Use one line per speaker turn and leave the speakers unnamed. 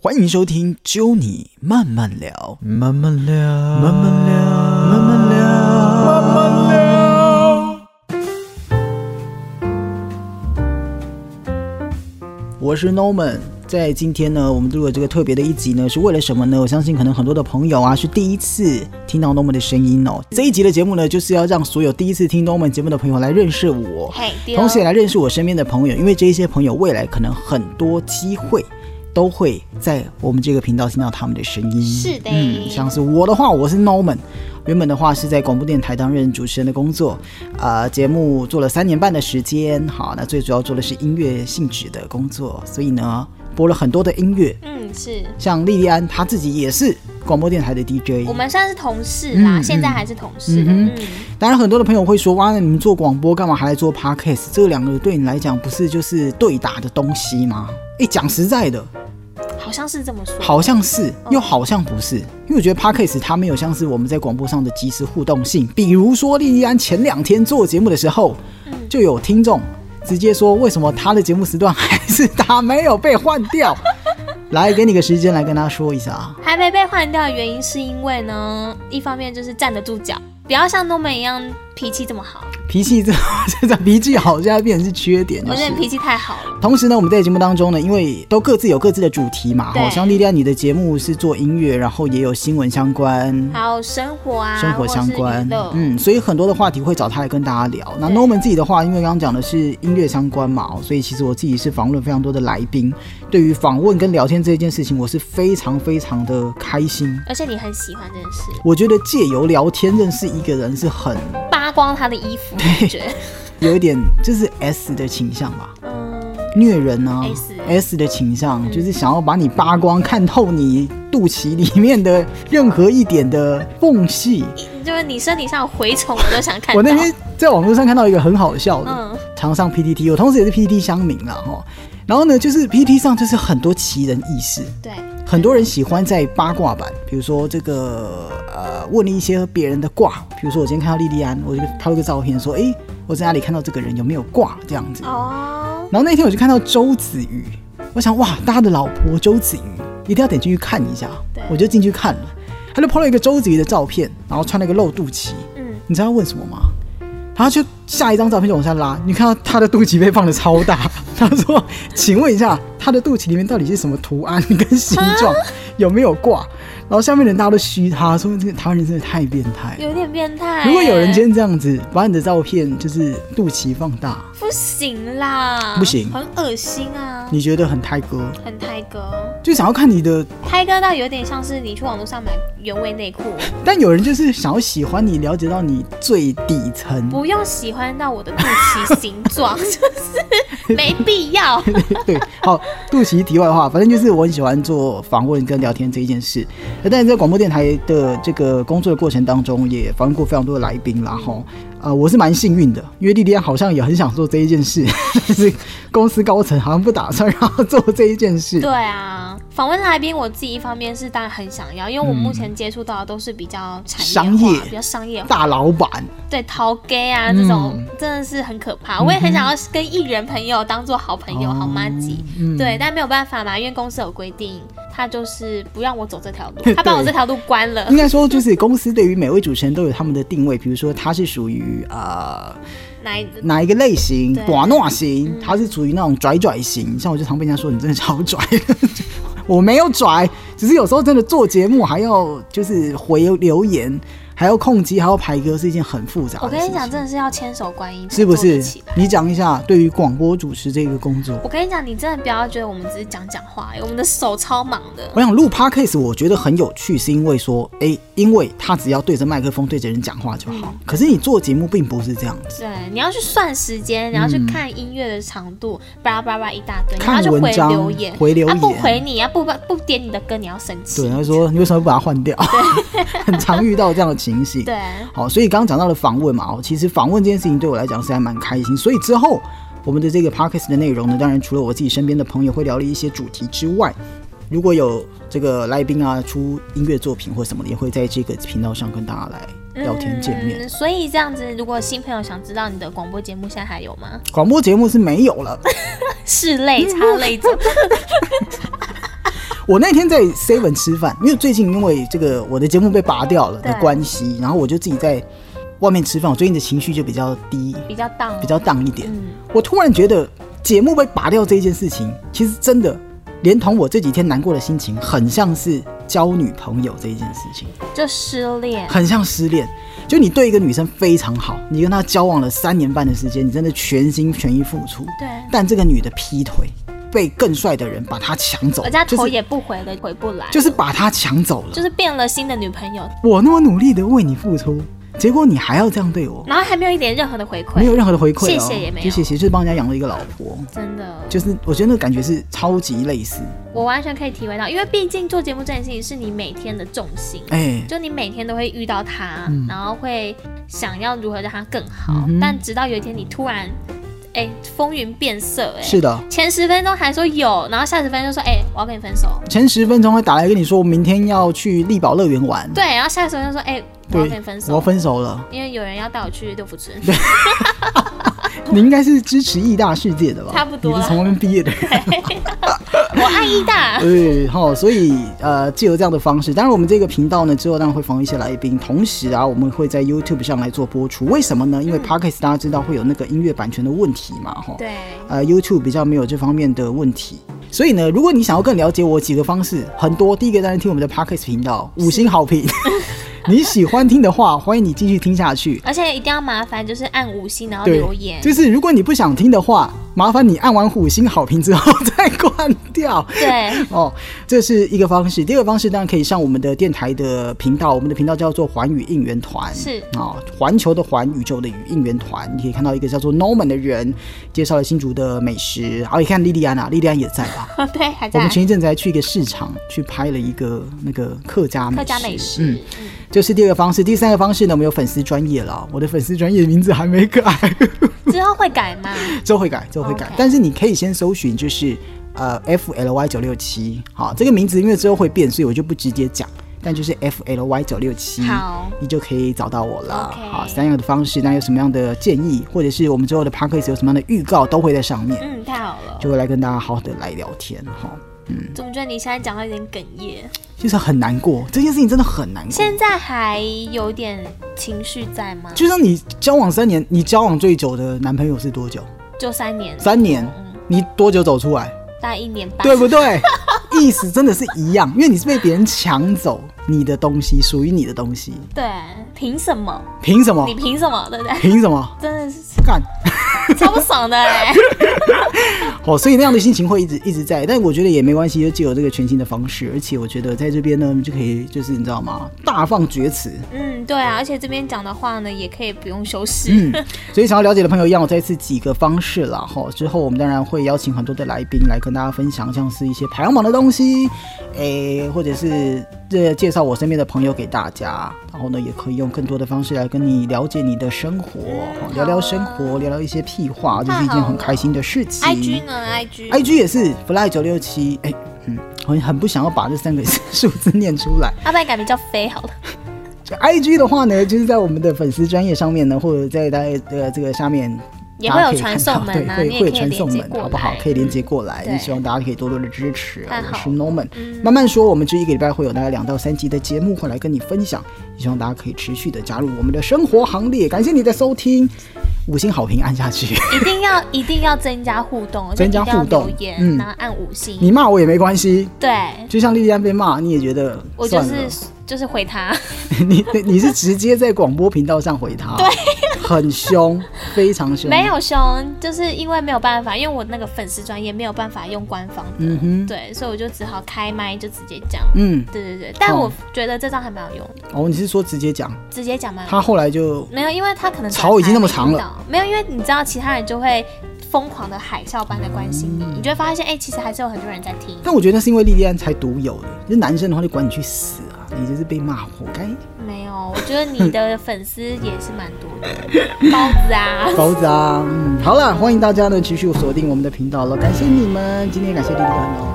欢迎收听《揪你慢慢聊》，
慢慢聊，
慢慢聊，
慢慢聊，慢慢聊。
我是 Norman。在今天呢，我们录的这个特别的一集呢，是为了什么呢？我相信可能很多的朋友啊是第一次听到 Norman 的声音哦。这一集的节目呢，就是要让所有第一次听 Norman 节目的朋友来认识我，
嘿，对哦
同时也来认识我身边的朋友，因为这一些朋友未来可能很多机会都会在我们这个频道听到他们的声音。
是的
嗯，像是我的话，我是 Norman，原本的话是在广播电台担任主持人的工作，呃，节目做了三年半的时间，好，那最主要做的是音乐性质的工作，所以呢，播了很多的音乐，
嗯，是
像莉莉安她自己也是广播电台的 DJ，
我们算是同事啦，
嗯
现在还是同事。
嗯
嗯
当然，很多的朋友会说：“哇，那你们做广播干嘛还来做 podcast？这两个对你来讲不是就是对打的东西吗？”诶，讲实在的，
好像是这么说。
好像是，
嗯
又好像不是，因为我觉得 podcast 它没有像是我们在广播上的即时互动性。比如说，莉莉安前两天做节目的时候，
嗯
就有听众直接说：“为什么他的节目时段还是他没有被换 掉？”来，给你个时间来跟他说一下。啊
还没被换掉的原因是因为呢，一方面就是站得住脚，不要像东北一样脾气这么好，
脾气这 这这脾气好，现在变成是缺点、就是。
我觉得你脾气太好了。
同时呢，我们在节目当中呢，因为都各自有各自的主题嘛，
对
好像莉莉安你的节目是做音乐，然后也有新闻相关、
还有生活
嗯
啊，
生活相
或是
关
娱乐，，
嗯，所以很多的话题会找他来跟大家聊。那
对
Norman 自己的话，因为刚刚讲的是音乐相关嘛，哦所以其实我自己是访问非常多的来宾，对于访问跟聊天这件事情，我是非常非常的开心。
而且你很喜欢这件事，
我觉得借由聊天认识一个人是很
扒光他的衣服，感觉，
有一点就是 S 的倾向吧。
嗯，
虐人呢、
S 嗯
S 的倾向，就是想要把你扒光，看透你肚脐里面的任何一点的缝隙。
就是你身体上有蛔虫，我都想 看到。
我那天在网络上看到一个很好笑的，
嗯
常上 PTT，我同时也是 PTT 乡民啦哈。然后呢，就是 PTT 上就是很多奇人异事，
对，
很多人喜欢在八卦版，比如说这个呃，问了一些别人的卦，比如说我今天看到莉莉安，我就拍了个照片说，诶，我在哪里看到这个人有没有卦这样子。
哦，
然后那天我就看到周子瑜，我想哇，大家的老婆周子瑜一定要点进去看一下
对，
我就进去看了，他就 po 了一个周子瑜的照片，然后穿了一个露肚脐，
嗯，
你知道他问什么吗？他就下一张照片就往下拉，你看到他的肚脐被放的超大， 他说：“请问一下，他的肚脐里面到底是什么图案跟形
啊
状，有没有挂？”然后下面的人大家都虚他，说这个台湾人真的太变态了。
有点变态。
如果有人今天这样子把你的照片就是肚脐放大，
不行啦，
不行
很恶心啊，
你觉得很胎哥？
很胎哥，
就想要看你的，
胎哥倒有点像是你去网络上买原味内 裤，
但有人就是想要喜欢你，了解到你最底层。
不用喜欢到我的肚脐形状，就是没必 要。
对，好，肚脐题外话，反正就是我很喜欢做访问跟聊天这一件事。呃但是在广播电台的这个工作的过程当中，也访问过非常多的来宾
嗯
啦，吼。呃，我是蛮幸运的，因为莉莉安好像也很想做这一件事， 但是公司高层好像不打算让她做这一件事
对。啊，访问来宾，我自己一方面是当然很想要，因为我目前接触到的都是比较产
商
业
业
化、比较商业化，
大老板，
对淘 gay 啊这
嗯
种真的是很可怕。我也很想要跟艺人朋友当做好朋友、好妈吉，
哦嗯
对，但没有办法嘛，因为公司有规定，他就是不让我走这条 路
对，嗯
他把我这条路关了
应。该说就是公司对于每位主持人都有他们的定位，比如说他是属于呃
哪一
哪一个类型，
对嗯
寡诺型，他是属于那种拽拽型。像我就常被人家说你真的超拽， 我没有拽，只是有时候真的做节目还要就是回留言，还要控机，还要排歌，是一件很复杂
我
的事情。
跟你讲，真的是要千手观音，
是不
才做得
是
起来？
你讲一下对于广播主持这个工作。
我跟你讲，你真的不要觉得我们只是讲讲话，我们的手超忙 的。
我想录 podcast，我觉得很有趣，是因为说，诶，因为他只要对着麦克风对着人讲话就
嗯
好。可是你做节目并不是这样子，
对，你要去算时间，你要去看音乐的长度，巴拉巴拉一大堆，你
看
要去
文
回
章
留言，
回留
他、不
言
回你，他、不不点你的歌，你要生气
对，。他说你为什么不把它换掉？ 很常遇到这样的情形。
对，
好，所以刚刚讲到了访问嘛，哦，其实访问这件事情对我来讲是还蛮开心，所以之后我们的这个 podcast 的内容呢，当然除了我自己身边的朋友会聊了一些主题之外，如果有这个来宾啊出音乐作品或什么的，也会在这个频道上跟大家来聊天见面。
嗯。所以这样子，如果新朋友想知道你的广播节目现在还有吗？
广播节目是没有了，
室内插泪者，
我那天在 Seven 吃饭，因为最近因为这个我的节目被拔掉了的
对
关系，然后我就自己在外面吃饭，我最近的情绪就比较低，
比较荡，
比较荡一点。
嗯，
我突然觉得节目被拔掉这一件事情，其实真的连同我这几天难过的心情，很像是交女朋友这一件事情。
就失恋，
很像失恋。就你对一个女生非常好，你跟她交往了三年半的时间，你真的全心全意付出。
对
但这个女的劈腿，被更帅的人把她抢走，
人家
就
头
是
也不回的回不来，
就是把她抢走了。
就是变了心的女朋友，
我那么努力的为你付出，结果你还要这样对我，
然后还没有一点任何的回馈，
没有任何的回馈、哦，
谢谢也没有
就谢谢，就是帮人家养了一个老婆。
真的，
就是我觉得那个感觉是超级类似，
我完全可以体会到，因为毕竟做节目这件事情是你每天的重心，
哎、
就你每天都会遇到他，
嗯
然后会想要如何让他更好
嗯，哼
但直到有一天你突然，哎、风云变色、哎，
是的，
前十分钟还说有，然后下十分钟说，哎、我要跟你分手，
前十分钟还打来跟你说，我明天要去力宝乐园玩，
对，然后下十分钟说，哎、我要跟你分
我要
手，
分手了。
因为有人要带我去六福村，
你应该是支持义大世界的吧？
差不多啦
你是从那边毕 业的人。
我爱一 大，
对，好，所以呃，借由这样的方式，当然我们这个频道呢之后当然会访问一些来宾，同时啊，我们会在 YouTube 上来做播出。为什么呢？因
嗯
为 Podcast 大家知道会有那个音乐版权的问题嘛，哈。。
对，
呃，YouTube 比较没有这方面的问题。所以呢，如果你想要更了解我，几个方式很多。第一个当然听我们的 Podcast 频道，五星好评。你喜欢听的话，欢迎你继续听下去。
而且一定要麻烦就是按五星，然后
对
留言，
就是如果你不想听的话，麻烦你按完五星好评之后 再关掉。
对，
哦，这是一个方式。第二个方式当然可以上我们的电台的频道，我们的频道叫做环宇应援团，
是
哦，环球的环，宇宙的宇，应援团。你可以看到一个叫做 Norman 的人介绍了新竹的美食，好，你看莉莉安啊，莉莉安也在吧？
对，还
我
在
们前一阵子还去一个市场去拍了一个那个客家美食，
客家美食，
嗯，
嗯
这是第二个方式。第三个方式呢，我们有粉丝专业了，我的粉丝专业名字还没改。
嗯之后会改吗？
之后会改，之后会改
OK。
但是你可以先搜寻，就是呃 F L Y 九六七，好，这个名字因为之后会变，所以我就不直接讲，但就是 F L Y 九六七，
好
你就可以找到我了。
OK
好，三样的方式，那有什么样的建议，或者是我们之后的 p a c k a g e 有什么样的预告，都会在上面，
嗯，太好了，
就会来跟大家好好的来聊天哈。
怎么觉得你现在讲到有点哽咽？
其实很难过，这件事情真的很难过。
现在还有点情绪在吗？
就像你交往三年，你交往最久的男朋友是多久？
就三年，
三年，
嗯
你多久走出来？
大概一年半，
对不对？意思真的是一样，因为你是被别人抢走你的东西，属于你的东西，
对？凭什么？
凭什么
你？凭什么？对不对？
凭什么
真的是
干？
超不爽的哎、
哦，所以那样的心情会一直一直在，但我觉得也没关系，就借由这个全新的方式，而且我觉得在这边呢，就可以就是你知道吗，大放厥词。
嗯，对啊，而且这边讲的话呢，也可以不用修饰。
嗯，所以想要了解的朋友，一样我再次几个方式啦。哈。之后我们当然会邀请很多的来宾来跟大家分享，像是一些排行榜的东西，诶、或者是这介绍我身边的朋友给大家。然后呢，也可以用更多的方式来跟你了解你的生活，哈聊聊生活，聊聊一些屁话，这是一件很开心的事情。
IG
嗯
呢？IG
IG 也是 fly 九六七，哎，嗯，很很不想要把这三个数字念出来。
要不然改名叫飞好了。
IG 的话呢，就是在我们的粉丝专业上面呢，或者在大家的这个下面。
也会
大家
有
可以
传送门啊
看到对，
你
会
也
会有
可以
传送
连接
门，
过
好不好
来？
可以连接过来，
对
也希望大家可以多多的支持。
太好
我是 Norman，
嗯
慢慢说，我们这一个礼拜会有大概两到三集的节目会来跟你分享，也希望大家可以持续的加入我们的生活行列。感谢你的收听， 五星好评按下 去，
一定要一定要增加互动，而且
增加
一定要
互动
留言，
嗯
然后按五星。
你骂我也没关系，
对，
就像莉莉安被骂，你也觉得
我就
算了
是就是回他，
你你你是直接在广播频道上回 他，对，很凶，非常凶，
没有凶，就是因为没有办法，因为我那个粉丝专业没有办法用官方的，
嗯哼
对，所以我就只好开麦就直接讲。
嗯，
对对对，但
哦
我觉得这招还蛮有用的，
哦，你是说直接讲？
直接讲蛮有
他后来就
没有，因为他可能
草已经那么长了
还没遇到，没有，因为你知道其他人就会疯狂的海啸般的关心你，
嗯
你就会发现，哎、其实还是有很多人在 听，
但我觉得那是因为莉莉安才独有的，就是男生的话就管你去死啊，你就是被骂活该。
没有，我觉得你的粉丝也是蛮多的， 包子啊，
包子啊，嗯，好了，欢迎大家呢持续锁定我们的频道了，感谢你们，今天也感谢莉莉安哦。